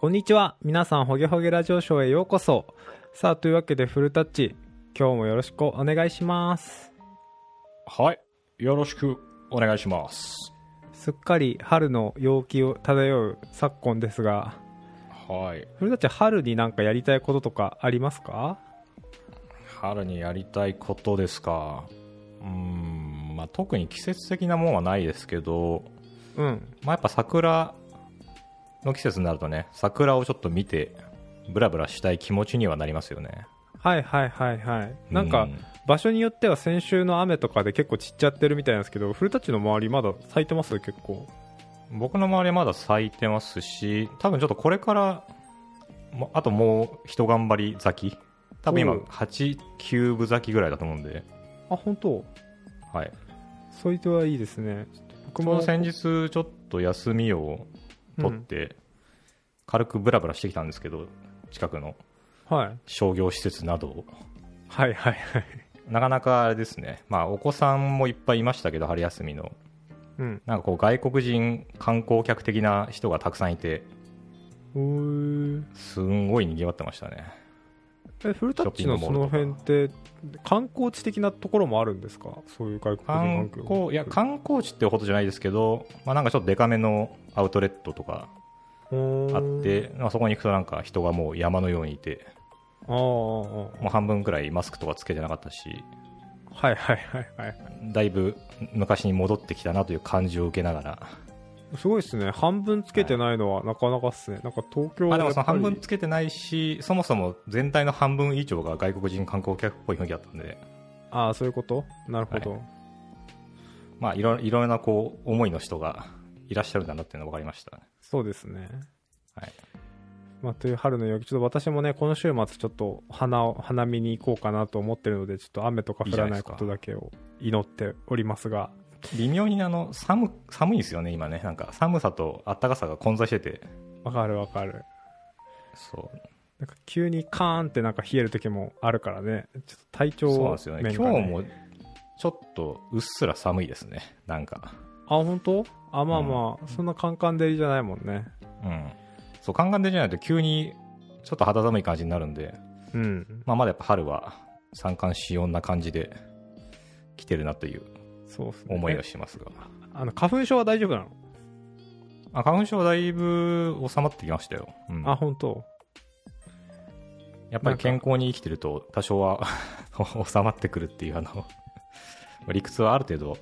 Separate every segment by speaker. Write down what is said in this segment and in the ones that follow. Speaker 1: こんにちは。皆さん、ほげほげラジオショーへようこそ。さあ、というわけで、フルタッチ、今日もよろしくお願いします。
Speaker 2: はい。よろしくお願いします。
Speaker 1: すっかり春の陽気を漂う昨今ですが、
Speaker 2: はい。
Speaker 1: フルタッチ、春になんかやりたいこととかありますか
Speaker 2: 春にやりたいことですか。うーん、まあ、特に季節的なもんはないですけど、
Speaker 1: うん。
Speaker 2: まあ、やっぱ桜の季節になるとね、桜をちょっと見て、ブラブラしたい気持ちにはなりますよね。
Speaker 1: はいはいはいはい。なん
Speaker 2: う
Speaker 1: か、場所によっては先週の雨とかで結構散っちゃってるみたいなんですけど、フルタッチの周りまだ咲いてます結構。
Speaker 2: 僕の周りはまだ咲いてますし、多分ちょっとこれから、もあともう一頑張り咲き。多分今
Speaker 1: おう、
Speaker 2: 8、9分咲きぐらいだと思うんで、
Speaker 1: あ、本当
Speaker 2: はい。
Speaker 1: そいつはいいですね。僕
Speaker 2: 僕も
Speaker 1: も、
Speaker 2: 先日ちょっと休みを取って、軽くブラブラしてきたんですけど近くの
Speaker 1: はい。
Speaker 2: 商業施設などを
Speaker 1: はいはいはい。
Speaker 2: なかなかあれですねまあお子さんもいっぱいいましたけど春休みの
Speaker 1: うん。
Speaker 2: なんかこう外国人観光客的な人がたくさんいて
Speaker 1: うー
Speaker 2: すんごい賑わってましたね
Speaker 1: えフルタッチの
Speaker 2: ショ
Speaker 1: そ
Speaker 2: ッピングモ
Speaker 1: の
Speaker 2: ールとか
Speaker 1: 辺って観光地的なところもあるんですかそういう外国人
Speaker 2: 観
Speaker 1: 環境
Speaker 2: 光いや観光地ってほどじゃないですけど、まあ、なんかちょっとデカめのアウトレットとかあって、まあ、そこに行くとなんか人がもう山のようにいて
Speaker 1: あーあーあ
Speaker 2: もう半分くらいマスクとかつけてなかったし
Speaker 1: ーはいはいはいはい
Speaker 2: だいぶ昔に戻ってきたなという感じを受けながら、
Speaker 1: すごいですね半分つけてないのはなかなかっすねなんか東京
Speaker 2: ま
Speaker 1: は
Speaker 2: あ、で
Speaker 1: や
Speaker 2: も
Speaker 1: っ
Speaker 2: その
Speaker 1: ぱ
Speaker 2: 半
Speaker 1: り
Speaker 2: 分つけてないし、そもそも全体の半分以上が外国人観光客っぽい雰囲気だったんで、
Speaker 1: ああそういうことなるほど、
Speaker 2: まあ、いろいろなこう思いの人がいらっしゃるんだなっていうのが分かりました。
Speaker 1: そうですね
Speaker 2: はい
Speaker 1: まあ、という春の陽気ちょっと私もね今週末ちょっと花を花見に行こうかなと思ってるのでちょっと雨とか降らないことだけを祈っておりますが
Speaker 2: 微妙にあの寒寒いですよね、今ね、なんか寒さと暖かさが混在してて、
Speaker 1: わかるわかる
Speaker 2: そう
Speaker 1: なんか急にカーンってなんか冷える時もあるからね、ちょっと体調
Speaker 2: そうなんですよね、
Speaker 1: 面が
Speaker 2: 今日もちょっとうっすら寒いですね、なんか。
Speaker 1: あ、本当あ、まあまあ、そんなカンカン照りじゃないもんね。
Speaker 2: うん、そうカンカンでじゃないと急にちょっと肌寒い感じになるんで、
Speaker 1: うん。
Speaker 2: まあ、まだやっぱ春は三寒四温な感じで来てるなという
Speaker 1: そうっすね。
Speaker 2: 思いがしますが、
Speaker 1: えあの、花粉症は大丈夫なの、
Speaker 2: あ花粉症はだいぶ収まってきましたよ、うん
Speaker 1: あ、本当
Speaker 2: やっぱり健康に生きてると多少は 収まってくるっていうあの理屈はある程度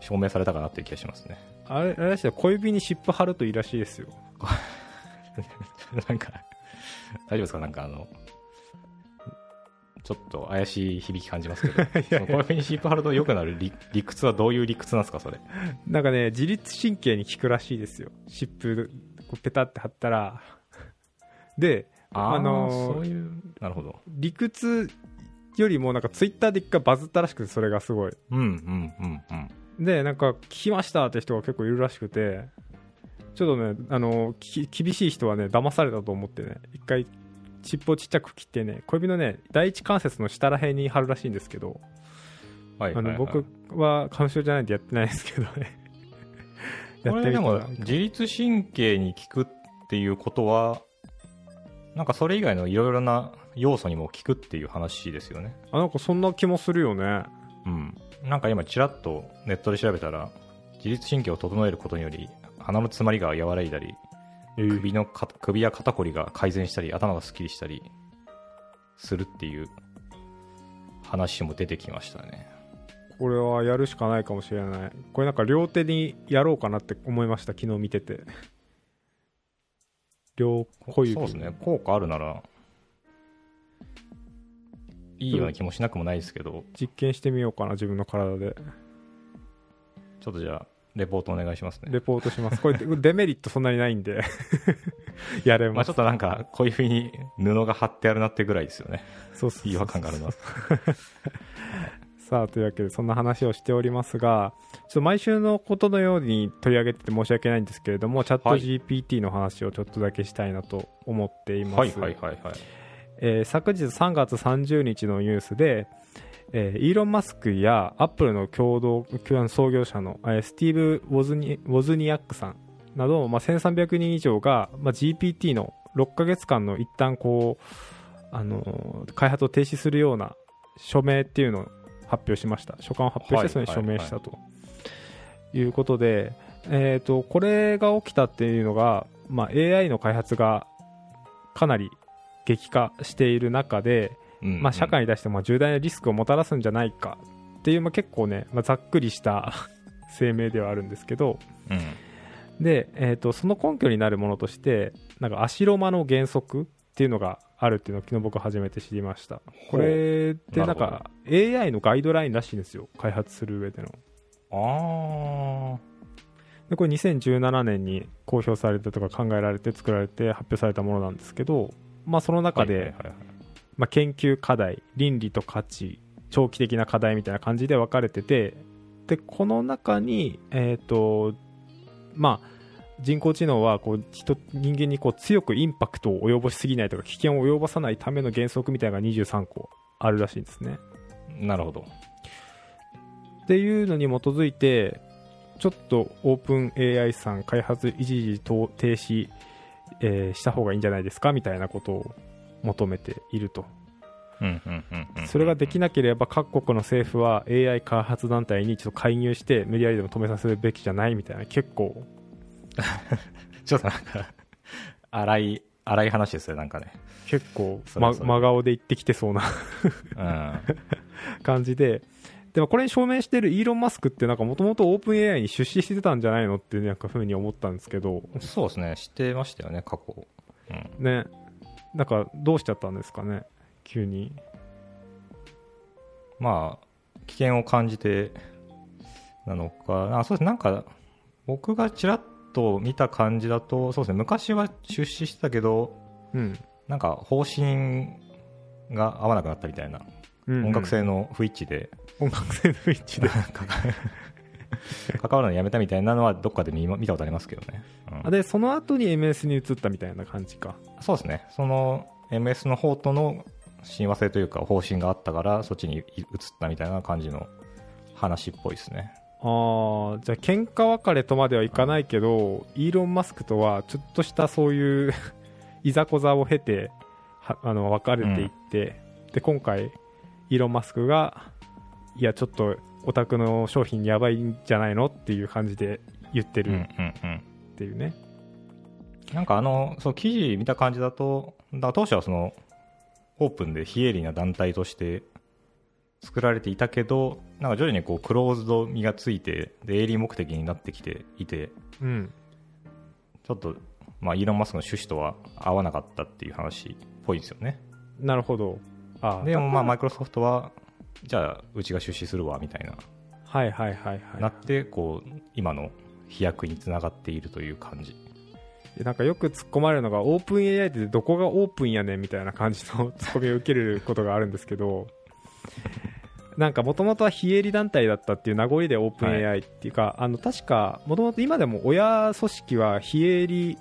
Speaker 2: 証明されたかなっていう気がしますね
Speaker 1: あれ、あれらしいよ小指に湿布貼るといいらしいですよ。
Speaker 2: なんか大丈夫ですかなんかあのちょっと怪しい響き感じますけど
Speaker 1: やいや
Speaker 2: こういうふうにシープハルド良くなる理理屈はどういう理屈なんですかそれ
Speaker 1: なんかね、自律神経に効くらしいですよ。湿布、こうペタって貼ったら。で、
Speaker 2: あ
Speaker 1: あのー
Speaker 2: のそういうなるほど
Speaker 1: 理屈よりもなんかツイッターで一回バズったらしくて、それがすごい。
Speaker 2: うんうんうんうん
Speaker 1: でなんか聞きましたって人が結構いるらしくてちょっとねあのき厳しい人はね騙されたと思ってね一回尻尾をちっちゃく切ってね小指のね第一関節の下ら辺に貼るらしいんですけど
Speaker 2: は
Speaker 1: あ
Speaker 2: いはいは
Speaker 1: の
Speaker 2: い
Speaker 1: 僕は花粉症じゃないんでやってないですけどねや
Speaker 2: こ
Speaker 1: っ
Speaker 2: れ
Speaker 1: てみ
Speaker 2: で
Speaker 1: た
Speaker 2: も
Speaker 1: ら
Speaker 2: 自律神経に効くっていうことはなんかそれ以外のいろいろな要素にも効くっていう話ですよね
Speaker 1: あなんかそんな気もするよね
Speaker 2: うんなんか今ちらっとネットで調べたら自律神経を整えることにより鼻の詰まりが和らいだり首のか首や肩こりが改善したり頭がすっきりしたりするっていう話も出てきましたね
Speaker 1: これはやるしかないかもしれないこれなんか両手にやろうかなって思いました昨日見てて両小指
Speaker 2: そうですね効果あるならいいような気もしなくもないですけど
Speaker 1: 実験してみようかな自分の体で
Speaker 2: ちょっとじゃあレポートお願いしますね
Speaker 1: レポートします。これ、デメリットそんなにないんで、 やれ
Speaker 2: ま
Speaker 1: ま
Speaker 2: あち
Speaker 1: す。
Speaker 2: ょっとなんか小指に布が貼ってあるなってぐらいですよね
Speaker 1: そうそうそう
Speaker 2: 違和感があるな
Speaker 1: さあ、というわけで、そんな話をしておりますが、ちょっと毎週のことのように取り上げてて申し訳ないんですけれども、チャット
Speaker 2: はい
Speaker 1: GPT の話をちょっとだけしたいなと思ってい ます。
Speaker 2: はいはいはいはい
Speaker 1: えー昨日3月30日のニュースで、えーイーロン・マスクやアップルの共同創業者の、えースティーブ・ウォズニウォズニアックさんなど、まあ、1300人以上が、まあ、GPT の6ヶ月間の一旦こう、あのー開発を停止するような署名っていうのを発表しました書簡を発表してそれに署名したと、い、うことで、えー、とこれが起きたっていうのが、まあ、AI の開発がかなり激化している中で、
Speaker 2: うん
Speaker 1: まあ、社会に対しても重大なリスクをもたらすんじゃないかっていう、まあ、結構ね、まあ、ざっくりした 声明ではあるんですけど
Speaker 2: うん
Speaker 1: で、えー、とその根拠になるものとしてなんかアシロマの原則っていうのがあるっていうのを昨日僕初めて知りましたこれってなん
Speaker 2: なる
Speaker 1: か AI のガイドラインらしいんですよ開発する上での
Speaker 2: あ
Speaker 1: でこれ2017年に公表されたとか考えられて作られて発表されたものなんですけど、まあ、その
Speaker 2: あ
Speaker 1: 中で、まあ、研究課題倫理と価値長期的な課題みたいな感じで分かれててでこの中に、えーとまあ、人工知能はこう人人間にこう強くインパクトを及ぼしすぎないとか危険を及ぼさないための原則みたいなのが23個あるらしいんですね。
Speaker 2: なるほど
Speaker 1: っていうのに基づいてちょっとオープン AI さん開発一時と停止、えーした方がいいんじゃないですかみたいなことを求めていると
Speaker 2: うんうんうんうん
Speaker 1: それができなければ各国の政府は AI 開発団体にちょっと介入して無理やりでも止めさせるべきじゃないみたいな結構
Speaker 2: ちょっとなんか荒い荒い話ですねなんかね
Speaker 1: 結構、
Speaker 2: それ
Speaker 1: ま、
Speaker 2: はそれ
Speaker 1: 真顔で言ってきてそうな
Speaker 2: うん
Speaker 1: 感じででもこれに証明してるイーロン・マスクってなんかもともとオープン AI に出資してたんじゃないのってなんかふうに思ったんですけど
Speaker 2: そうですね知ってましたよね過去うん
Speaker 1: ねなんかどうしちゃったんですかね急に
Speaker 2: まあ、危険を感じてなのか、あそうですなんか、僕がちらっと見た感じだと、そうですね、昔は出資してたけど、
Speaker 1: うん、
Speaker 2: なんか方針が合わなくなったみたいな、
Speaker 1: うん
Speaker 2: 音楽性の不一致で、
Speaker 1: 音楽性の一致で
Speaker 2: 関わるのやめたみたいなのは、どっかで見ま見たことありますけどね、うん
Speaker 1: あでその後に MS に移ったみたいな感じか
Speaker 2: そうですね、その MS の方との親和性というか、方針があったから、そっちに移ったみたいな感じの話っぽいですね。
Speaker 1: ああじゃあ喧嘩別れとまではいかないけど、イーロン・マスクとはちょっとしたそういう いざこざを経てはあの別れていって、で今回イーロン・マスクがいやちょっとオタクの商品やばいんじゃないのっていう感じで言って
Speaker 2: うんう
Speaker 1: る
Speaker 2: んうん
Speaker 1: っていうね、
Speaker 2: なんかあの、そう、記事見た感じだと、だから当初はその、オープンで非営利な団体として作られていたけど、なんか徐々にこう、クローズド味がついて、で、営利目的になってきていて、
Speaker 1: うん
Speaker 2: ちょっと、まあ、イーロン・マスクの趣旨とは合わなかったっていう話っぽいんですよね。
Speaker 1: なるほどあー
Speaker 2: でもま
Speaker 1: だ
Speaker 2: あ、マイクロソフトは、じゃあ、うちが出資するわ、みたいな、
Speaker 1: はいはいはいはい
Speaker 2: なって、こう、今の飛躍につながっているという感じ。
Speaker 1: でなんかよく突っ込まれるのがオープン AI ってどこがオープンやねんみたいな感じの突っ込みを受けることがあるんですけどなんかもともとは非営利団体だったっていう名残でオープン AI っていうか、あの確かもともと今でも親組織は非営利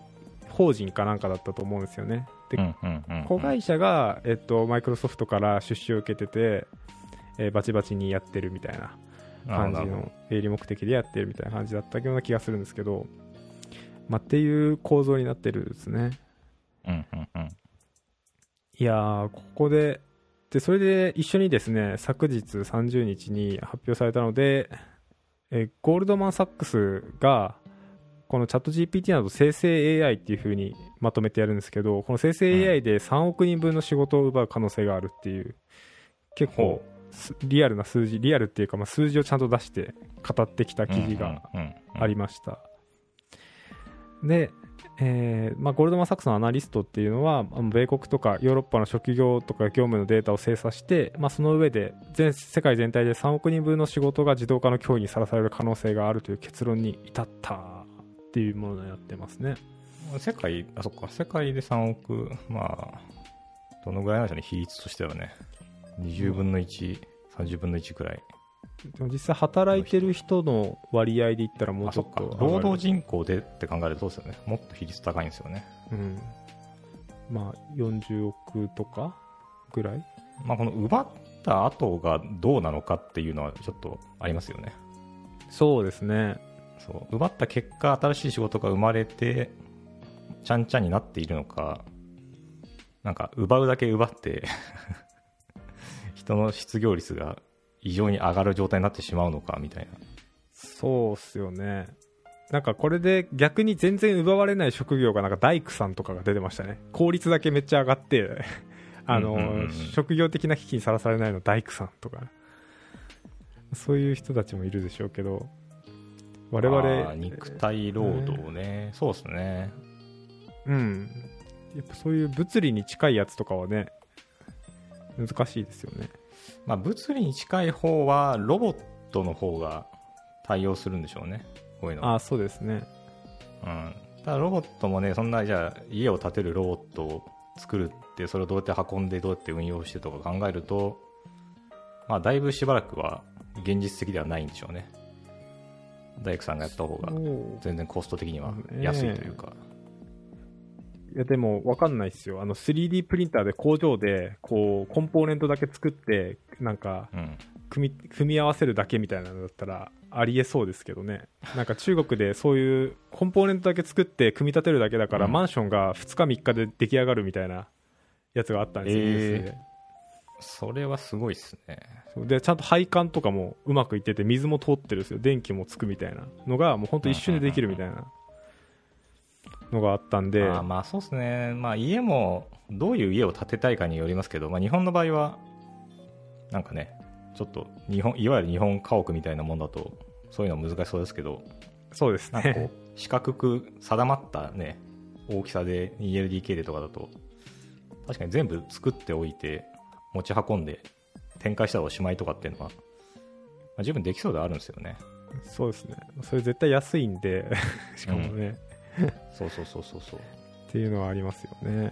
Speaker 1: 法人かなんかだったと思うんですよねで、
Speaker 2: うんうんうんうん
Speaker 1: 子会社が、えっと、マイクロソフトから出資を受けてて、えーバチバチにやってるみたいな感じ
Speaker 2: なるほど
Speaker 1: の営利目的でやってるみたいな感じだったような気がするんですけど、まあ、っていう構造になってるんですね
Speaker 2: うんうんうん。
Speaker 1: いやーここででそれで一緒にですね昨日30日に発表されたのでえーゴールドマン・サックスがこのチャット GPT など生成 AI っていう風にまとめてやるんですけどこの生成 AI で3億人分の仕事を奪う可能性があるっていう結構
Speaker 2: ほ
Speaker 1: すリアルな数字リアルっていうか、まあ、数字をちゃんと出して語ってきた記事が
Speaker 2: うんうんうんうん
Speaker 1: ありました。で、えーまあ、ゴールドマン・サックスのアナリストっていうのは、あの米国とかヨーロッパの職業とか業務のデータを精査して、まあ、その上で全世界全体で3億人分の仕事が自動化の脅威にさらされる可能性があるという結論に至ったっていうものになってますね。
Speaker 2: 世界、あ、そっか、世界で3億、まあ、どのぐらいなんでしょうね、比率としてはね。20分の1、30分の1くらい。
Speaker 1: でも実際働いてる人の割合で言ったらもう
Speaker 2: あ、
Speaker 1: ち
Speaker 2: そ
Speaker 1: ょ
Speaker 2: っ
Speaker 1: っ
Speaker 2: か、
Speaker 1: と
Speaker 2: 労働
Speaker 1: 人、
Speaker 2: 人口でって考えるとそうですよね。もっと比率高いんですよね。
Speaker 1: うん、まあ40億とかぐらい
Speaker 2: まあ、この奪った後がどうなのかっていうのはちょっとありますよね。
Speaker 1: そうですね。
Speaker 2: そう奪った結果新しい仕事が生まれてちゃんちゃんになっているのかなんか奪うだけ奪って 人の失業率が異常に上がる状態になってしまうのかみたいな
Speaker 1: そうっすよねなんかこれで逆に全然奪われない職業がなんか大工さんとかが出てましたね効率だけめっちゃ上がって あの、
Speaker 2: うんうんうんうん
Speaker 1: 職業的な危機にさらされないの大工さんとかそういう人たちもいるでしょうけど我
Speaker 2: あー
Speaker 1: 々
Speaker 2: 肉体労働ね、そうですね
Speaker 1: うんやっぱそういう物理に近いやつとかはね難しいですよね
Speaker 2: まあ物理に近い方はロボットの方が対応するんでしょうねこういうのは
Speaker 1: ああそうですね
Speaker 2: うん、ただロボットもねそんなじゃあ家を建てるロボットを作るってそれをどうやって運んでどうやって運用してとか考えるとまあだいぶしばらくは現実的ではないんでしょうね大工さんがやった方が
Speaker 1: おー
Speaker 2: 全然コスト的には安いというか、
Speaker 1: いやでも分かんないですよあの 3D プリンターで工場でこうコンポーネントだけ作ってなんか
Speaker 2: うん
Speaker 1: 組み組み合わせるだけみたいなのだったらありえそうですけどねなんか中国でそういうコンポーネントだけ作って組み立てるだけだから、
Speaker 2: うん
Speaker 1: マンションが2日3日で出来上がるみたいなやつがあったんですよ、
Speaker 2: えー
Speaker 1: ニュースで
Speaker 2: それはすごいっすね
Speaker 1: そうでちゃんと配管とかもうまくいってて水も通ってるんですよ電気もつくみたいなのがもうほんと一瞬でできるみたいなのがあったんで、
Speaker 2: あーまあそうですね、まあ、家もどういう家を建てたいかによりますけど、まあ、日本の場合はなんかねちょっと日本いわゆる日本家屋みたいなもんだとそういうのは難しそうですけど
Speaker 1: そうです
Speaker 2: なんかこ
Speaker 1: ね
Speaker 2: う四角く定まったね大きさで 2LDK でとかだと確かに全部作っておいて持ち運んで展開したらおしまいとかっていうのは、まあ、十分できそうではあるんですよね
Speaker 1: そうですねそれ絶対安いんで しかもね、
Speaker 2: そうそうそうそうそう
Speaker 1: っていうのはありますよね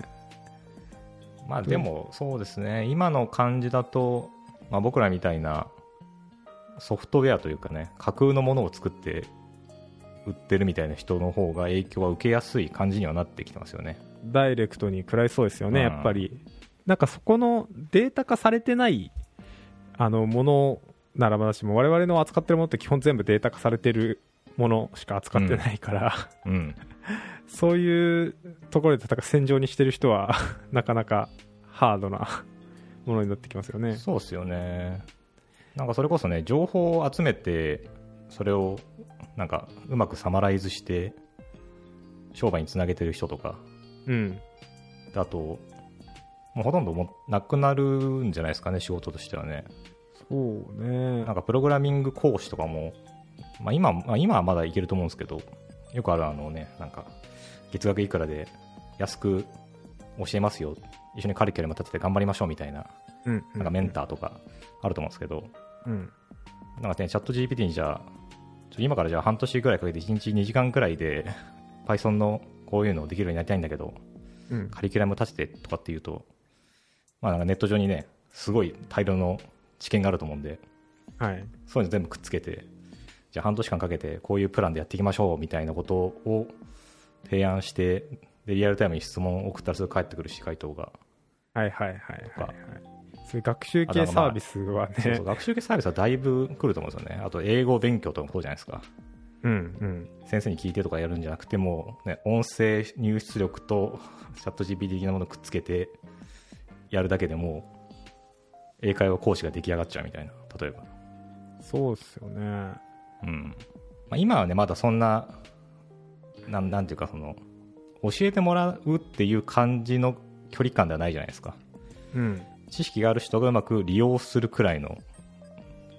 Speaker 2: まあでもそうですね今の感じだと、まあ、僕らみたいなソフトウェアというかね架空のものを作って売ってるみたいな人の方が影響は受けやすい感じにはなってきてますよね
Speaker 1: ダイレクトに食らいそうですよね、
Speaker 2: うん
Speaker 1: やっぱりなんかそこのデータ化されてないあのものならまだしも我々の扱ってるものって基本全部データ化されてるものしか扱ってないから、
Speaker 2: うん
Speaker 1: そういうところで戦戦場にしてる人は なかなかハードなものになってきますよね
Speaker 2: そうですよね。なんかそれこそね、情報を集めて、それをなんかうまくサマライズして、商売につなげてる人とか、
Speaker 1: うん
Speaker 2: であと、もうほとんどもうなくなるんじゃないですかね、仕事としてはね。
Speaker 1: そうね
Speaker 2: なんかプログラミング講師とかも、まあ、今まあ今はまだいけると思うんですけど、よくあるあのね、なんか、月額いくらで安く教えますよ、一緒にカリキュラム立てて頑張りましょうみたいな、
Speaker 1: うん
Speaker 2: なんかメンターとかあると思うんですけど、
Speaker 1: うん
Speaker 2: なんかね、チャット GPT にじゃあ、ちょ今からじゃあ半年くらいかけて1日2時間くらいで、Python のこういうのをできるようになりたいんだけど、
Speaker 1: うん
Speaker 2: カリキュラム立ててとかっていうと、まあなんかネット上にね、すごい大量の知見があると思うんで、
Speaker 1: はい
Speaker 2: そういうの全部くっつけて、じゃあ半年間かけてこういうプランでやっていきましょうみたいなことを提案して、で、リアルタイムに質問を送ったらすぐ返ってくるし、回答が。
Speaker 1: はいはいはいはいはいそういう学習
Speaker 2: あだ
Speaker 1: 系
Speaker 2: からまあ
Speaker 1: サービスはね
Speaker 2: そうそう、学習系サービスはだいぶ来ると思うんですよね。あと、英語勉強とかもそうじゃないですか。
Speaker 1: うんうん
Speaker 2: 先生に聞いてとかやるんじゃなくてもう、ね、音声入出力とチャット GPT 的なものをくっつけてやるだけでもう英会話講師が出来上がっちゃうみたいな例えば、
Speaker 1: そうっすよね
Speaker 2: うんまあ、今はねまだそんななんなんていうかその教えてもらうっていう感じの距離感ではないじゃないですか
Speaker 1: うん
Speaker 2: 知識がある人がうまく利用するくらいの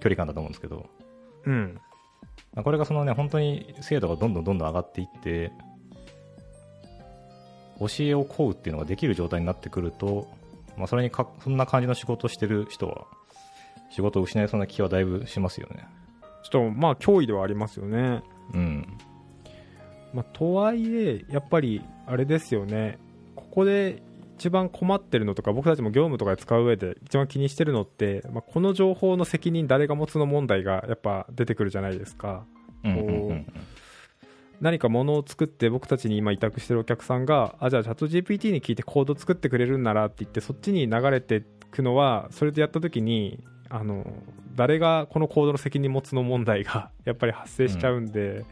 Speaker 2: 距離感だと思うんですけど
Speaker 1: うん
Speaker 2: まあこれがそのね、本当に精度がどんどんどんどん上がっていって、教えを請うっていうのができる状態になってくると、まあ、それにか、そんな感じの仕事をしてる人は、仕事を失いそうな気はだいぶしますよね。
Speaker 1: ちょっとまあ脅威ではありますよね。
Speaker 2: うん。
Speaker 1: まあ、とはいえ、やっぱりあれですよね、ここで一番困ってるのとか、僕たちも業務とかで使う上で一番気にしてるのって、まあ、この情報の責任誰が持つの問題がやっぱ出てくるじゃないですか。
Speaker 2: うんうんうんうん
Speaker 1: 何かものを作って僕たちに今委託してるお客さんがあじゃあチャット GPT に聞いてコード作ってくれるんならって言ってそっちに流れてくのはそれでやった時に あの誰がこのコードの責任持つの問題がやっぱり発生しちゃうんで、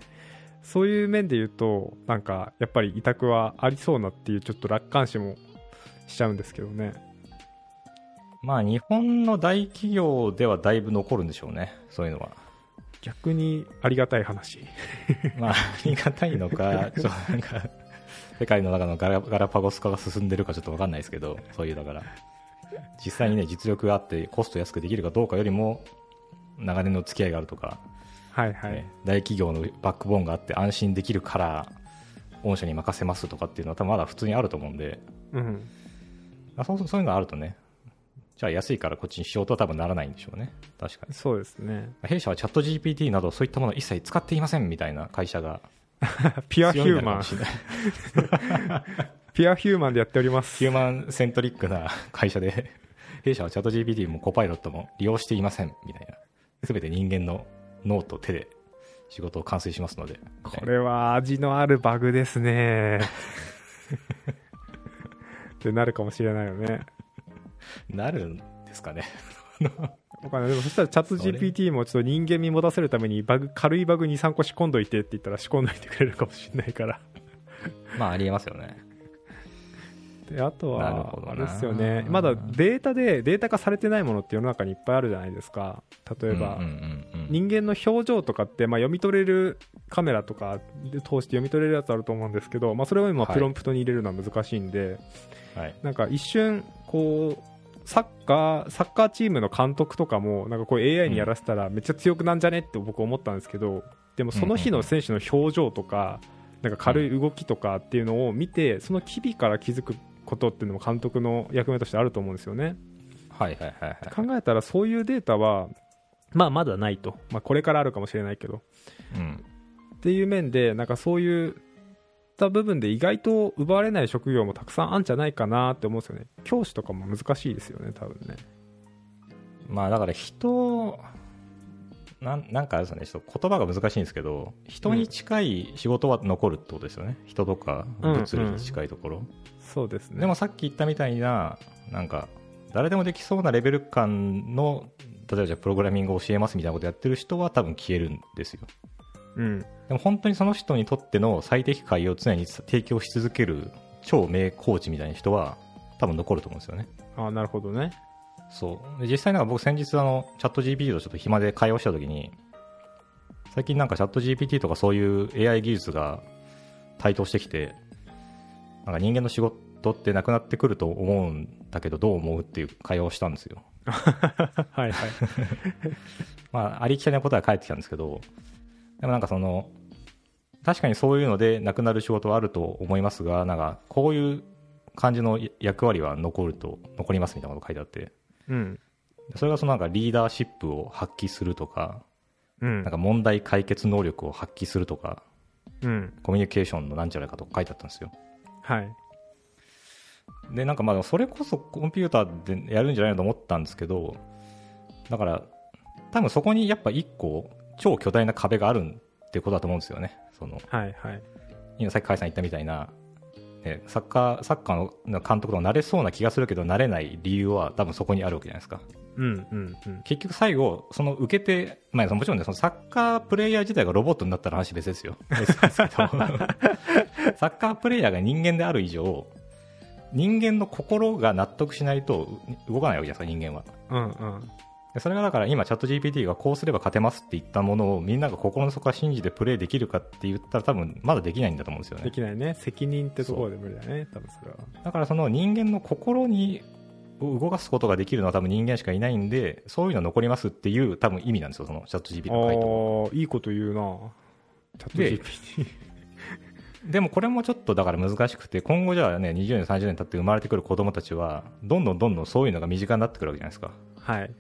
Speaker 1: そういう面で言うとなんかやっぱり委託はありそうなっていうちょっと楽観視もしちゃうんですけどね
Speaker 2: まあ、日本の大企業ではだいぶ残るんでしょうね、そういうのは。
Speaker 1: 逆にありがたい話
Speaker 2: まあ、ありがたいのか、ちょっとなんか、世界の中のガラガラパゴス化が進んでるかちょっとわかんないですけど、そういうだから、実際にね、実力があって、コスト安くできるかどうかよりも、長年の付き合いがあるとか、
Speaker 1: はいはい、
Speaker 2: ね大企業のバックボーンがあって、安心できるから、御社に任せますとかっていうのは、多分まだ普通にあると思うんで、
Speaker 1: うん
Speaker 2: あそうそういうのがあるとね、じゃあ安いからこっちにしようとは多分ならないんでしょうね、確かに。
Speaker 1: そうですね
Speaker 2: 弊社はチャット GPT などそういったものを一切使っていませんみたいな会社が
Speaker 1: ピュアヒ
Speaker 2: 強い
Speaker 1: ュー
Speaker 2: のか
Speaker 1: マ
Speaker 2: も
Speaker 1: ン
Speaker 2: しれない
Speaker 1: ピュアヒューマンでやっております
Speaker 2: ヒューマンセントリックな会社で 弊社はチャット GPT もコパイロットも利用していませんみたいな全て人間の脳と手で仕事を完遂しますので
Speaker 1: これは味のあるバグですねってなるかもしれないよね
Speaker 2: なるんですかね
Speaker 1: わかんないでもそしたらチャット
Speaker 2: それ
Speaker 1: GPT もちょっと人間味持たせるためにバグ軽いバグ23個仕込んどいてって言ったら仕込んどいてくれるかもしれないから
Speaker 2: まあありえますよね
Speaker 1: であと
Speaker 2: なる
Speaker 1: は
Speaker 2: ほど
Speaker 1: あ
Speaker 2: な
Speaker 1: れですよねまだデータでデータ化されてないものって世の中にいっぱいあるじゃないですか例えば、
Speaker 2: うんうんうんうん
Speaker 1: 人間の表情とかって、まあ、読み取れるカメラとかで通して読み取れるやつあると思うんですけど、まあ、それを今
Speaker 2: はい
Speaker 1: プロンプトに入れるのは難しいんで、
Speaker 2: はい
Speaker 1: なんか一瞬こうサッカーサッカーチームの監督とかもなんかこう AI にやらせたらめっちゃ強くなんじゃねって僕思ったんですけどでもその日の選手の表情とかなんか軽い動きとかっていうのを見てその機微から気づくことっていうのも監督の役目としてあると思うんですよね。
Speaker 2: はいはいはいはい
Speaker 1: 考えたらそういうデータはまあまだないと、まあ、これからあるかもしれないけど
Speaker 2: うん
Speaker 1: っていう面でなんかそういった部分で意外と奪われない職業もたくさんあるんじゃないかなって思うんですよね教師とかも難しいですよね多分ね
Speaker 2: まあだから人なんなんかあれですよねちょっと言葉が難しいんですけど人に近い仕事は残るってことですよね、人とか
Speaker 1: うん
Speaker 2: 物理に近いところ、
Speaker 1: そうですね
Speaker 2: でもさっき言ったみたいななんか誰でもできそうなレベル感の例えばじゃあプログラミングを教えますみたいなことやってる人は多分消えるんですよ
Speaker 1: うん
Speaker 2: でも本当にその人にとっての最適解を常に提供し続ける超名コーチみたいな人は多分残ると思うんですよね
Speaker 1: ああなるほどね
Speaker 2: そうで実際なんか僕先日あのチャット GPT とちょっと暇で会話した時に最近なんかチャット GPT とかそういう AI 技術が台頭してきてなんか人間の仕事ってなくなってくると思うんだけどどう思うっていう会話をしたんですよ
Speaker 1: はいはい
Speaker 2: まあありきたりなことは返ってきたんですけどでもなんかその確かにそういうのでなくなる仕事はあると思いますがなんかこういう感じの役割は残ると残りますみたいなこと書いてあって
Speaker 1: うん
Speaker 2: それがそのなんかリーダーシップを発揮するとか、
Speaker 1: うん
Speaker 2: なんか問題解決能力を発揮するとか、
Speaker 1: うん
Speaker 2: コミュニケーションのなんちゃらかとか書いてあったんですよ。
Speaker 1: はい
Speaker 2: で、なんかまあ、それこそコンピューターでやるんじゃないのと思ったんですけど、だから、多分そこにやっぱ一個、超巨大な壁があるってことだと思うんですよね。その、
Speaker 1: はいはい
Speaker 2: 今さっき甲斐さん言ったみたいな、ねサッカー、サッカーの監督とかなれそうな気がするけど、なれない理由は多分そこにあるわけじゃないですか。
Speaker 1: うんうんうん
Speaker 2: 結局最後、その受けて、まあ、もちろんね、そのサッカープレイヤー自体がロボットになったら話別ですよ。別ですけどサッカープレイヤーが人間である以上、人間の心が納得しないとう動かないわけじゃないですか、人間は。
Speaker 1: うんうん
Speaker 2: でそれがだから今、チャット GPT がこうすれば勝てますって言ったものをみんなが心の底から信じてプレイできるかって言ったら多分まだできないんだと思うんですよ
Speaker 1: で
Speaker 2: ね。
Speaker 1: きないね責任ってところで無理だね多分それは
Speaker 2: だからその人間の心に動かすことができるのは多分人間しかいないんで、そういうのは残りますっていう多分意味なんですよ、そのチャット GPT の回答は。
Speaker 1: ああいいこと言うなチャッ
Speaker 2: で
Speaker 1: ト GPT
Speaker 2: でもこれもちょっとだから難しくて、今後じゃあね、20年、30年経って生まれてくる子供たちは、どんどんどんどんそういうのが身近になってくるわけじゃないですか。
Speaker 1: はい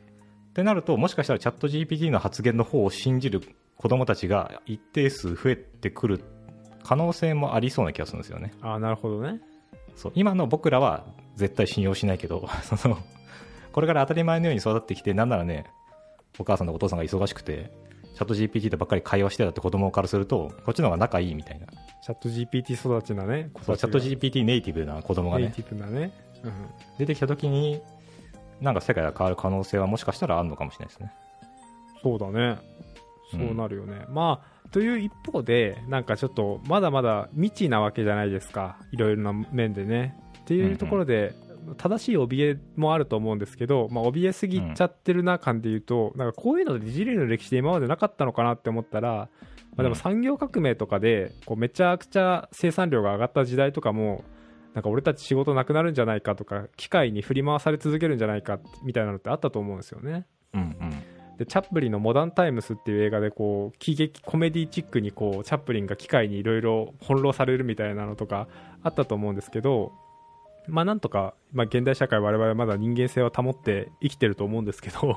Speaker 2: ってなると、もしかしたらチャット GPT の発言の方を信じる子供たちが一定数増えてくる可能性もありそうな気がするんですよね。
Speaker 1: ああなるほどね
Speaker 2: そう今の僕らは絶対信用しないけど、 そのこれから当たり前のように育ってきて、なんならね、お母さんとお父さんが忙しくて、チャット GPT とばっかり会話してたって子供からすると、こっちの方が仲いいみたいな。
Speaker 1: チャット GPT 育ちなね子
Speaker 2: そう
Speaker 1: たち
Speaker 2: チャ
Speaker 1: が
Speaker 2: ット GPT ネイティブな子供が
Speaker 1: ネイ
Speaker 2: ね、
Speaker 1: ティブなね、うん、
Speaker 2: 出てきた時になんか世界が変わる可能性はもしかしたらあるのかもしれないですね
Speaker 1: そうだねそうなるよね、まあという一方でなんかちょっとまだまだ未知なわけじゃないですかいろいろな面でねっていうところで、正しい怯えもあると思うんですけど、まあ、怯えすぎちゃってるな感で言うと、なんかこういうので人類の歴史で今までなかったのかなって思ったら、まあ、でも産業革命とかでこうめちゃくちゃ生産量が上がった時代とかもなんか俺たち仕事なくなるんじゃないかとか機械に振り回され続けるんじゃないかみたいなのってあったと思うんですよね。
Speaker 2: うんうん
Speaker 1: でチャップリンの「モダンタイムス」っていう映画でこう喜劇コメディチックにこうチャップリンが機械にいろいろ翻弄されるみたいなのとかあったと思うんですけどまあなんとか、まあ、現代社会我々はまだ人間性を保って生きてると思うんですけど
Speaker 2: うんうん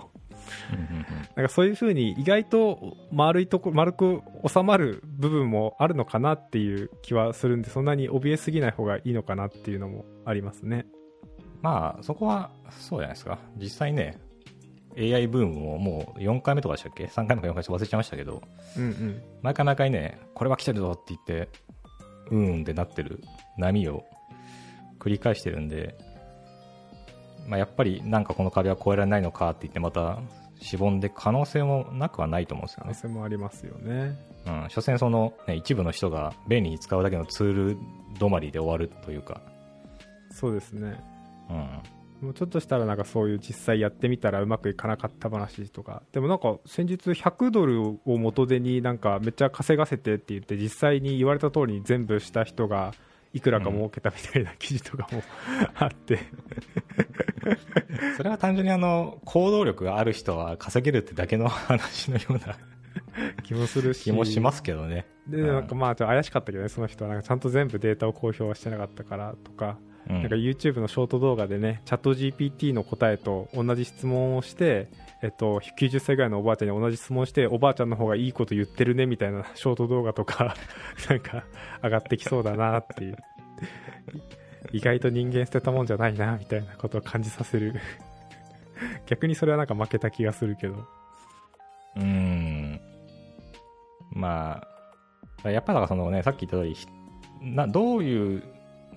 Speaker 1: なんかそういうふうに意外と丸いとこ丸く収まる部分もあるのかなっていう気はするんでそんなに怯えすぎない方がいいのかなっていうのもありますね。
Speaker 2: まあそこはそうじゃないですか実際ね AI ブームももう4回目とかでしたっけ3回目か4回目か忘れちゃいましたけど
Speaker 1: うんうん、
Speaker 2: 毎回毎回ねこれは来てるぞって言ってうーんってなってる波を繰り返してるんで、まあ、やっぱりなんかこの壁は越えられないのかって言ってまたしぼんで可能性もなくはないと思うんですよ
Speaker 1: 可
Speaker 2: ね
Speaker 1: 能性もありますよね。
Speaker 2: うん、所詮その、ね、一部の人が便利に使うだけのツール止まりで終わるというか、
Speaker 1: そうですね
Speaker 2: うん、
Speaker 1: もうちょっとしたらなんかそういう実際やってみたらうまくいかなかった話とかでもなんか先日100ドルを元手になんかめっちゃ稼がせてって言って実際に言われた通りに全部した人がいくらか儲けたみたいな記事とかも あって
Speaker 2: それは単純にあの行動力がある人は稼げるってだけの話のような
Speaker 1: 気もするし
Speaker 2: 気もしますけどね。
Speaker 1: で
Speaker 2: うん
Speaker 1: なんかまあちょっと怪しかったけどねその人はなんかちゃんと全部データを公表はしてなかったからとか
Speaker 2: うん
Speaker 1: なんか YouTube のショート動画でね、チャット GPT の答えと同じ質問をして、えっと、90歳ぐらいのおばあちゃんに同じ質問して、おばあちゃんの方がいいこと言ってるねみたいなショート動画とか、 なんか上がってきそうだなっていう。意外と人間捨てたもんじゃないなみたいなことを感じさせる。 逆にそれはなんか負けた気がするけど。
Speaker 2: うん。まあ、やっぱだからそのね、さっき言った通り、ひなどういう、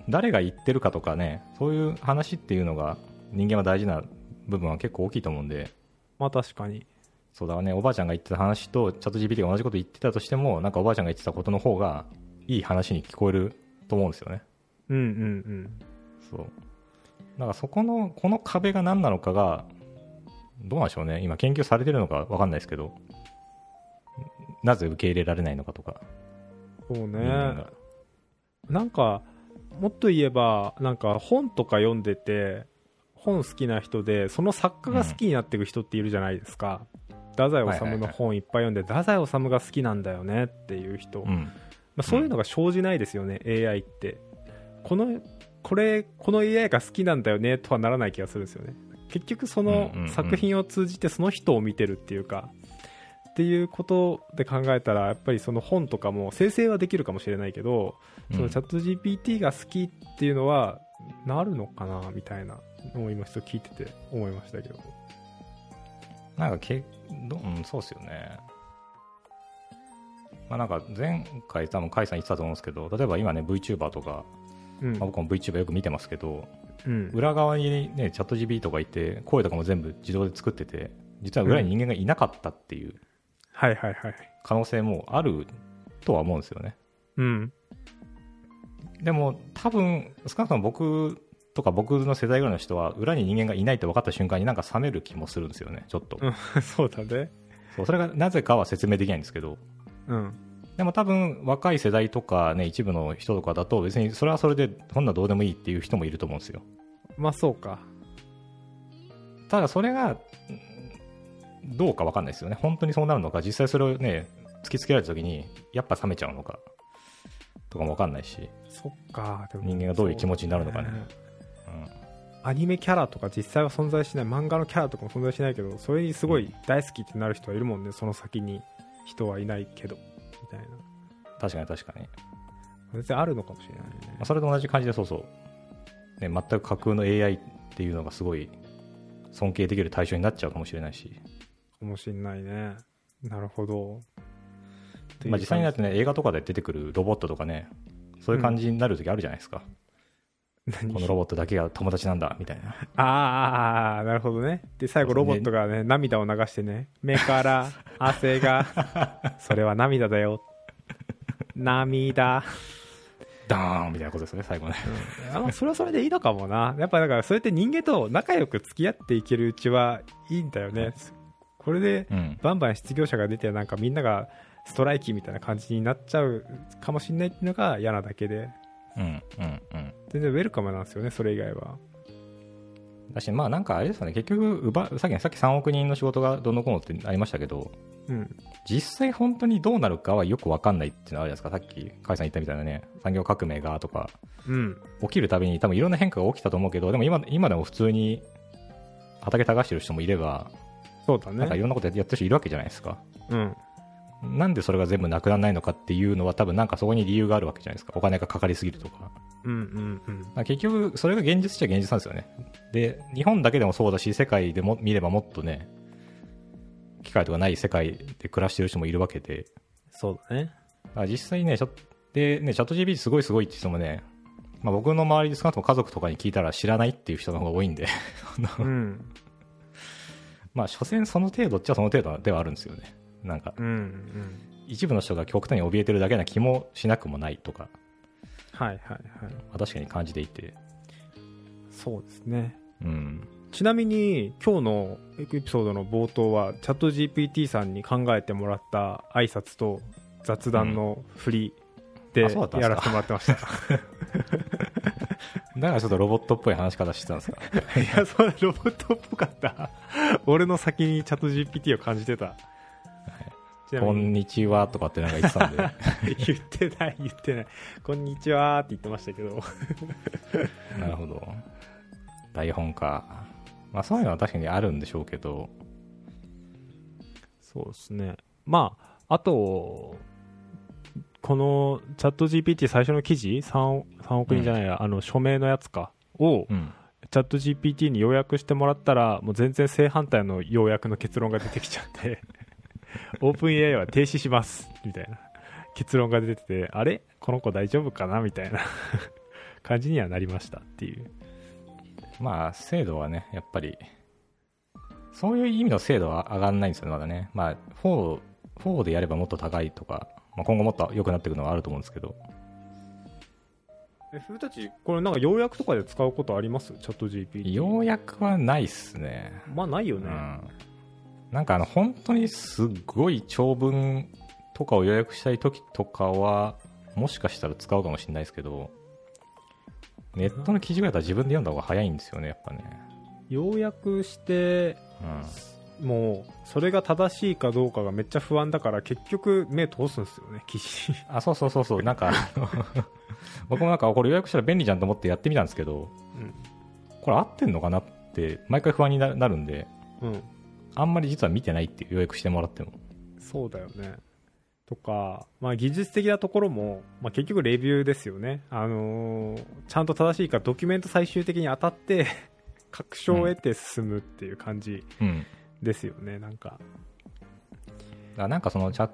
Speaker 2: 誰が言ってるかとかね、そういう話っていうのが人間は大事な部分は結構大きいと思うんで、
Speaker 1: まあ確かに。
Speaker 2: そうだね、おばあちゃんが言ってた話とチャット GPT が同じこと言ってたとしても、なんかおばあちゃんが言ってたことの方がいい話に聞こえると思うんですよね。
Speaker 1: うんうん
Speaker 2: そう。だからそこの、この壁が何なのかが、どうなんでしょうね。今研究されてるのかわかんないですけど、なぜ受け入れられないのかとか。
Speaker 1: うん。そうね。
Speaker 2: 人間が
Speaker 1: なんかもっと言えばなんか本とか読んでて本好きな人でその作家が好きになっていく人っているじゃないですか、太宰
Speaker 2: はいは
Speaker 1: 治
Speaker 2: い
Speaker 1: の
Speaker 2: はい
Speaker 1: 本いっぱい読んで、太宰治が好きなんだよねっていう人、
Speaker 2: う
Speaker 1: ま
Speaker 2: ん。
Speaker 1: あ、そういうのが生じないですよね、AI ってこのこれこの AI が好きなんだよねとはならない気がするんですよね結局その
Speaker 2: うんうんうん
Speaker 1: 作品を通じてその人を見てるっていうか、っていうことで考えたらやっぱりその本とかも生成はできるかもしれないけどそのチャット GPT が好きっていうのはなるのかなみたいなのを今ちょっと聞いてて思いましたけど
Speaker 2: なんかけど、うん、そうっすよね。まあなんか前回多分甲斐さん言ってたと思うんですけど、例えば今ね VTuber とか、
Speaker 1: うん
Speaker 2: まあ、僕も VTuber よく見てますけど、
Speaker 1: うん
Speaker 2: 裏側にね、チャット GP とかいて、声とかも全部自動で作ってて、実は裏に人間がいなかったっていう
Speaker 1: はいはいはい
Speaker 2: 可能性もあるとは思うんですよね。
Speaker 1: うん
Speaker 2: でも、多分少なくとも僕とか僕の世代ぐらいの人は、裏に人間がいないって分かった瞬間になんか冷める気もするんですよね、ちょっと。
Speaker 1: うんそうだね
Speaker 2: そうそれがなぜかは説明できないんですけど、
Speaker 1: うん
Speaker 2: でも多分若い世代とかね、一部の人とかだと、別にそれはそれで、そんなどうでもいいっていう人もいると思うんですよ。
Speaker 1: まあそうか
Speaker 2: ただそれがうんどうか分かんないですよね本当にそうなるのか実際それをね突きつけられた時にやっぱ冷めちゃうのかとかも分かんないし、
Speaker 1: そっかでも
Speaker 2: 人間がどういう気持ちになるのかね
Speaker 1: そう
Speaker 2: うん
Speaker 1: アニメキャラとか実際は存在しない漫画のキャラとかも存在しないけどそれにすごい大好きってなる人はいるもんねその先に人はいないけどみたいな
Speaker 2: 確かに確かに、ま
Speaker 1: 別にあるのかもしれないね
Speaker 2: あそれと同じ感じでそうそう、ね、全く架空の AI っていうのがすごい尊敬できる対象になっちゃうかもしれないし、
Speaker 1: かもしれないねなるほど
Speaker 2: まあ、実際になってね映画とかで出てくるロボットとかねそういう感じになる時あるじゃないですか、
Speaker 1: 何
Speaker 2: このロボットだけが友達なんだみたいな
Speaker 1: あーあーあーなるほどねで最後ロボットがね涙を流してね目から汗が それは涙だよ涙
Speaker 2: ダーンみたいなことですね最後ね
Speaker 1: あまあそれはそれでいいのかもなやっぱだからそれって人間と仲良く付き合っていけるうちはいいんだよねこれで
Speaker 2: うん
Speaker 1: バンバン失業者が出てなんかみんながストライキみたいな感じになっちゃうかもしれないっていうのが嫌なだけで
Speaker 2: うんうんうん
Speaker 1: 全然ウェルカムなんですよねそれ以外は
Speaker 2: だしまあなんかあれですよね結局奪うさっきさっき3億人の仕事がどんどんこうのってありましたけど
Speaker 1: うん
Speaker 2: 実際本当にどうなるかはよくわかんないっていうのはあるじゃないですかさっき甲斐さん言ったみたいなね産業革命がとか
Speaker 1: うん
Speaker 2: 起きるたびに多分いろんな変化が起きたと思うけどでも今今でも普通に畑耕してる人もいれば
Speaker 1: そうだ
Speaker 2: なんかい
Speaker 1: ね
Speaker 2: ろんなことやってる人いるわけじゃないですか
Speaker 1: うん
Speaker 2: なんでそれが全部なくならないのかっていうのは多分なんかそこに理由があるわけじゃないですかお金がかかりすぎるとか
Speaker 1: うんうんうん
Speaker 2: まあ結局それが現実っちゃ現実なんですよねで日本だけでもそうだし世界でも見ればもっとね機械とかない世界で暮らしてる人もいるわけで
Speaker 1: そうだね
Speaker 2: あ実際ね、チャでねチャット GPT すごいすごいって人もね、まあ、僕の周りで少なくとも家族とかに聞いたら知らないっていう人の方が多いんで、 あの
Speaker 1: うん
Speaker 2: まあ、所詮その程度っちゃその程度ではあるんですよね。なんか、
Speaker 1: うんうん
Speaker 2: 一部の人が極端に怯えてるだけな気もしなくもないとか、
Speaker 1: はいはいはい
Speaker 2: まあ確かに感じていて、
Speaker 1: そうですね
Speaker 2: うん。
Speaker 1: ちなみに今日のエピソードの冒頭はチャット GPT さんに考えてもらった挨拶と雑談の振りでや
Speaker 2: うんあそうだったんです
Speaker 1: らせてもらってました。
Speaker 2: だからちょっとロボットっぽい話し方してたんですか。
Speaker 1: いや、それロボットっぽかった。俺の先にチャット GPT を感じてた。ちな
Speaker 2: こ
Speaker 1: み
Speaker 2: ん
Speaker 1: に
Speaker 2: にちはとかってなんか言ってたんで、
Speaker 1: 言ってない言ってないこんにちはって言ってましたけど
Speaker 2: なるほど。台本か。まあそういうのは確かにあるんでしょうけど、
Speaker 1: そうですねまああとこのチャット GPT 最初の記事 3, 3億人じゃないや、あの署名のやつかを
Speaker 2: うん。
Speaker 1: チャット GPT に要約してもらったらもう全然正反対の要約の結論が出てきちゃって オープン AI は停止しますみたいな結論が出ててあれこの子大丈夫かなみたいな 感じにはなりましたっていう
Speaker 2: まあ、精度はね、やっぱり、そういう意味の精度は上がんないんですよね、まだね。まあ、4、4でやればもっと高いとか、まあ、今後もっと良くなっていくのはあると思うんですけど、
Speaker 1: えそれたちこれなんか要約とかで使うことありますチャット GPT
Speaker 2: ようやくはないっすね。
Speaker 1: まあないよ
Speaker 2: う
Speaker 1: ね、
Speaker 2: ん。なんか、あの、本当にすっごい長文とかを予約したい時とかは、もしかしたら使うかもしれないですけど、ネットの記事ぐらいだったら自分で読んだ方が早いんですよね、やっぱね。
Speaker 1: 要約して
Speaker 2: うん。
Speaker 1: もうそれが正しいかどうかがめっちゃ不安だから結局目通すんですよね 記事
Speaker 2: あ、そうそうそうそう、なんか、あの 僕もなんか、これ予約したら便利じゃんと思ってやってみたんですけど、これ合ってんのかなって、毎回不安にななるんで、
Speaker 1: うん、うん、
Speaker 2: あんまり実は見てないっていう予約してもらっても。
Speaker 1: そうだよね。とか、まあ、技術的なところも、まあ、結局レビューですよね、あのーちゃんと正しいかドキュメント最終的に当たって 確証を得て進むっていう感じ
Speaker 2: うん。
Speaker 1: ですよね、なんか
Speaker 2: だからなんかそのチャット、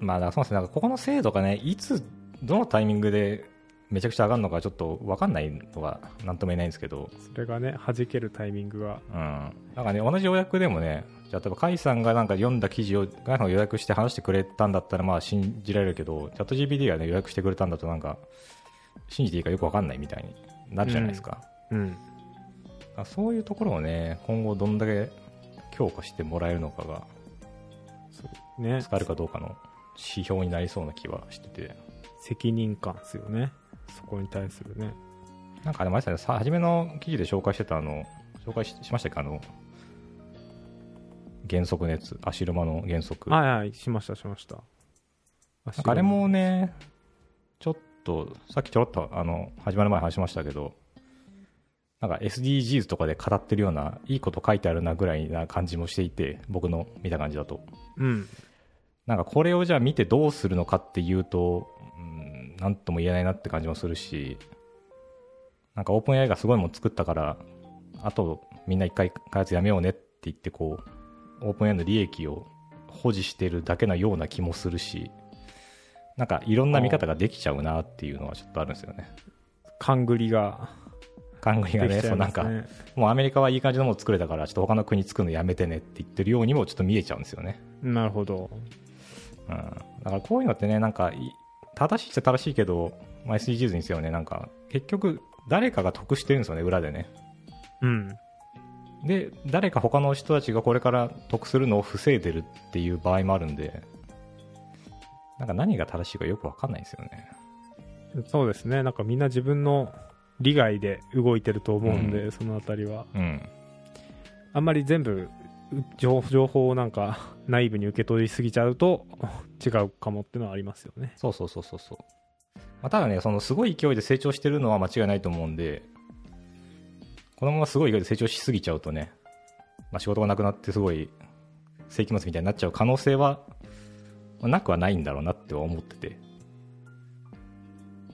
Speaker 2: まあ、だからそうですね、なんかここの精度がね、いつ、どのタイミングでめちゃくちゃ上がるのかちょっと分かんないのが、なんとも言えないんですけど、
Speaker 1: それがね弾けるタイミングが
Speaker 2: うん。なんかね、同じ予約でもね、じゃあ例えば、甲斐さんがなんか読んだ記事を、甲斐さんが予約して話してくれたんだったら、まあ信じられるけど、チャット GPT がね、予約してくれたんだと、なんか、信じていいかよくわかんないみたいになるじゃないですか。
Speaker 1: うん
Speaker 2: あそういうところをね、今後どんだけ強化してもらえるのかが、
Speaker 1: ね
Speaker 2: 使えるかどうかの指標になりそうな気はしてて。
Speaker 1: 責任感ですよねそこに対するね
Speaker 2: なんかあれ、前さ、さ初めの記事で紹介してた、あの、紹介ししましたっけ、あの、原則のやつ、アシルマの原則。
Speaker 1: はいはいしましたしました
Speaker 2: なんかあれもね、ちょっと、さっきちょろっとあの始まる前に話しましたけど、なんか SDGs とかで語ってるような、いいこと書いてあるなぐらいな感じもしていて、僕の見た感じだと。
Speaker 1: うん
Speaker 2: なんかこれをじゃあ見てどうするのかっていうと、うん、なんとも言えないなって感じもするし、なんかオープン AI がすごいもん作ったから、あとみんな一回開発やめようねって言ってこう、オープン AI の利益を保持してるだけなような気もするし、なんかいろんな見方ができちゃうなっていうのはちょっとあるんですよね。
Speaker 1: 勘繰りが
Speaker 2: 勘繰りが
Speaker 1: で
Speaker 2: ね
Speaker 1: きちゃ
Speaker 2: そう
Speaker 1: いま
Speaker 2: なん
Speaker 1: す
Speaker 2: か
Speaker 1: ね。
Speaker 2: もうアメリカはいい感じのもの作れたからちょっと他の国作るのやめてねって言ってるようにもちょっと見えちゃうんですよね、
Speaker 1: なるほど。
Speaker 2: うん、だからこういうのってねなんかい正しいっちゃ正しいけど、まあ、SDGs にせよねなんか結局誰かが得してるんですよね裏でね
Speaker 1: うん。
Speaker 2: で誰か他の人たちがこれから得するのを防いでるっていう場合もあるんでなんか何が正しいかよく分かんないですよね
Speaker 1: そうですね。なんかみんな自分の利害で動いてると思うんで、そのあたりは。
Speaker 2: うん
Speaker 1: あんまり全部う情情報をなんか内部に受け取りすぎちゃうと違うかもってのはありますよね。
Speaker 2: そうそうそうそうそう、まあ、ただねそのすごい勢いで成長してるのは間違いないと思うんでこのまますごい勢いで成長しすぎちゃうとね、まあ、仕事がなくなってすごい世紀末みたいになっちゃう可能性はまあなくはないんだろうなっては思ってて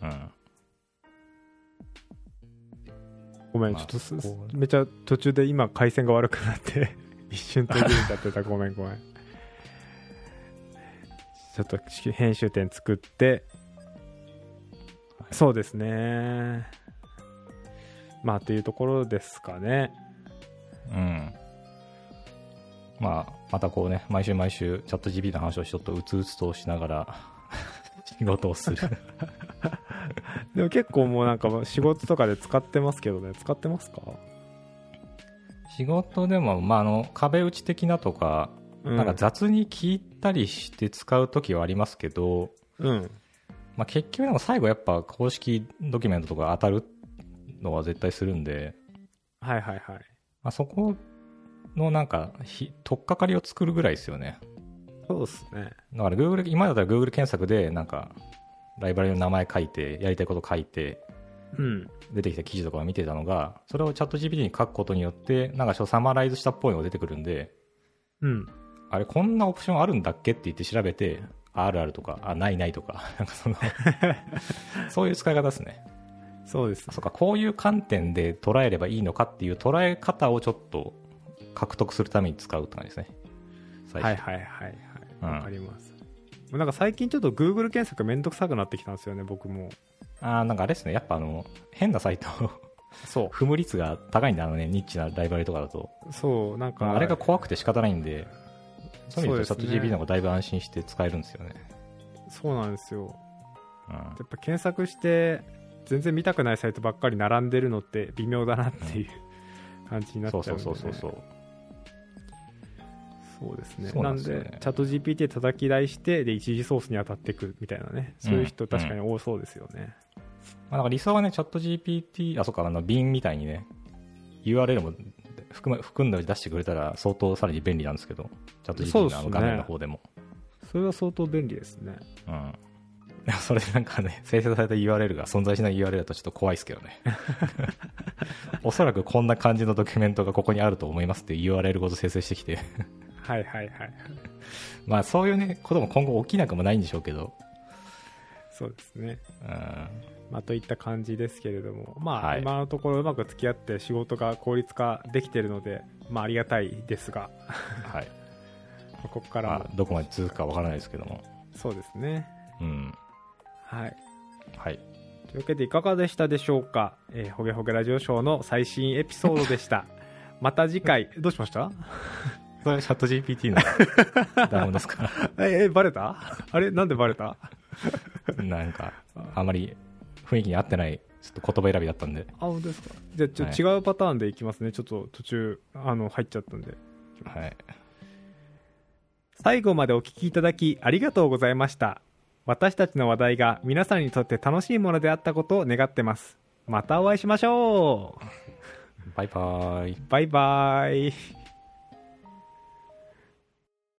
Speaker 2: うん
Speaker 1: ごめん、
Speaker 2: ま
Speaker 1: ちょ
Speaker 2: あ
Speaker 1: っとす
Speaker 2: こう
Speaker 1: めっちゃ途中で今回線が悪くなって 一瞬途切れちゃってた。ごめんごめん。ちょっとし編集点作って、そうですね。まあっていうところですかね。
Speaker 2: うんまあまたこうね毎週毎週チャット GPT の話をしとっとうつうつとしながら 仕事をする
Speaker 1: でも結構もうなんか仕事とかで使ってますけどね。使ってますか、
Speaker 2: 仕事でも、まあ、あの壁打ち的なとか
Speaker 1: うん、
Speaker 2: なんか雑に聞いたりして使う時はありますけど、
Speaker 1: うん。
Speaker 2: まあ、結局でも最後やっぱ公式ドキュメントとか当たるのは絶対するんで、
Speaker 1: はいはいはい。
Speaker 2: まあ、そこのなんかひ取っかかりを作るぐらいですよね
Speaker 1: そうですね。
Speaker 2: だから Google 今だったら Google 検索でなんかライブラリの名前書いてやりたいこと書いて
Speaker 1: うん。
Speaker 2: 出てきた記事とかを見てたのがそれをチャット GPT に書くことによってなんかちょっとサマライズしたっぽいのが出てくるんで
Speaker 1: うん。
Speaker 2: あれこんなオプションあるんだっけって言って調べてああるあるとかあないないとか なんかそ のそういう使い方ですね
Speaker 1: そうです。
Speaker 2: そうかこういう観点で捉えればいいのかっていう捉え方をちょっと獲得するために使うって感じですね最
Speaker 1: はい
Speaker 2: 初
Speaker 1: はいはい
Speaker 2: うん
Speaker 1: はい。わかります。もうなんか最近ちょっと Google 検索めんどくさくなってきたんですよね、僕も。
Speaker 2: ああなんかあれですねやっぱあの変なサイト
Speaker 1: そ
Speaker 2: 踏む率が高いんだあのねニッチなライバリとかだと
Speaker 1: う。そう、なんか。
Speaker 2: あれが怖くて仕方ないんでそういう意味で
Speaker 1: そ
Speaker 2: と
Speaker 1: う
Speaker 2: チ
Speaker 1: で
Speaker 2: ャ
Speaker 1: すね
Speaker 2: ット GPT の方がだいぶ安心して使えるんですよね
Speaker 1: そうなんですよ。
Speaker 2: うん
Speaker 1: やっぱ検索して、全然見たくないサイトばっかり並んでるのって微妙だなっていう感じになっちゃ
Speaker 2: そううん
Speaker 1: で、
Speaker 2: そ
Speaker 1: ね。
Speaker 2: うそうそうそう
Speaker 1: そうですね。
Speaker 2: そうな
Speaker 1: なんん
Speaker 2: ですよね
Speaker 1: で、チャット GPT で叩き台して、で、一時ソースに当たってくみたいなね。そういう人確かに多そうですよね。
Speaker 2: まあ、なんか理想はね、チャット GPT、あ、そうか、あの、ビンみたいにね、URL も含ま含んだり出してくれたら、相当さらに便利なんですけど、チャット
Speaker 1: そう
Speaker 2: GPT
Speaker 1: っすね
Speaker 2: のあの画面の方でも。
Speaker 1: それは相当便利ですね。
Speaker 2: うん。 いやそれでなんかね、生成された URL が存在しない URL だとちょっと怖いですけ どね。おそらくこんな感じのドキュメントがここにあると思いますっていう URL ごと生成してきて、
Speaker 1: はいはいはい。
Speaker 2: まあそういうね、ことも今後起きなくもないんでしょうけど、
Speaker 1: そうですね。
Speaker 2: うん。
Speaker 1: まあ、といった感じですけれども、まあ、
Speaker 2: はい
Speaker 1: 今のところうまく付き合って仕事が効率化できているので、まあ、ありがたいですが、
Speaker 2: はい。
Speaker 1: まあここから
Speaker 2: ま
Speaker 1: も
Speaker 2: あ、どこまで続くかわからないですけども。
Speaker 1: そうですね。
Speaker 2: うん。
Speaker 1: はい。
Speaker 2: はい。
Speaker 1: というわけで、いかがでしたでしょうか、えーほげほげラジオショーの最新エピソードでした。 また次回、どうしました
Speaker 2: それチャット GPT のダウンですか ら。
Speaker 1: え、え、バレた あれなんでバレた
Speaker 2: なんか、あまり雰囲気に合ってない、ちょっと言葉選びだったんで。
Speaker 1: あ、本当ですかじゃあ、ちょ、
Speaker 2: は
Speaker 1: 違うパターンでいきますね。ちょっと途中、あの、入っちゃったんで。
Speaker 2: はい。
Speaker 1: 最後までお聞きいただきありがとうございました私たちの話題が皆さんにとって楽しいものであったことを願ってますまたお会いしましょう
Speaker 2: バイバイ。
Speaker 1: バイバイ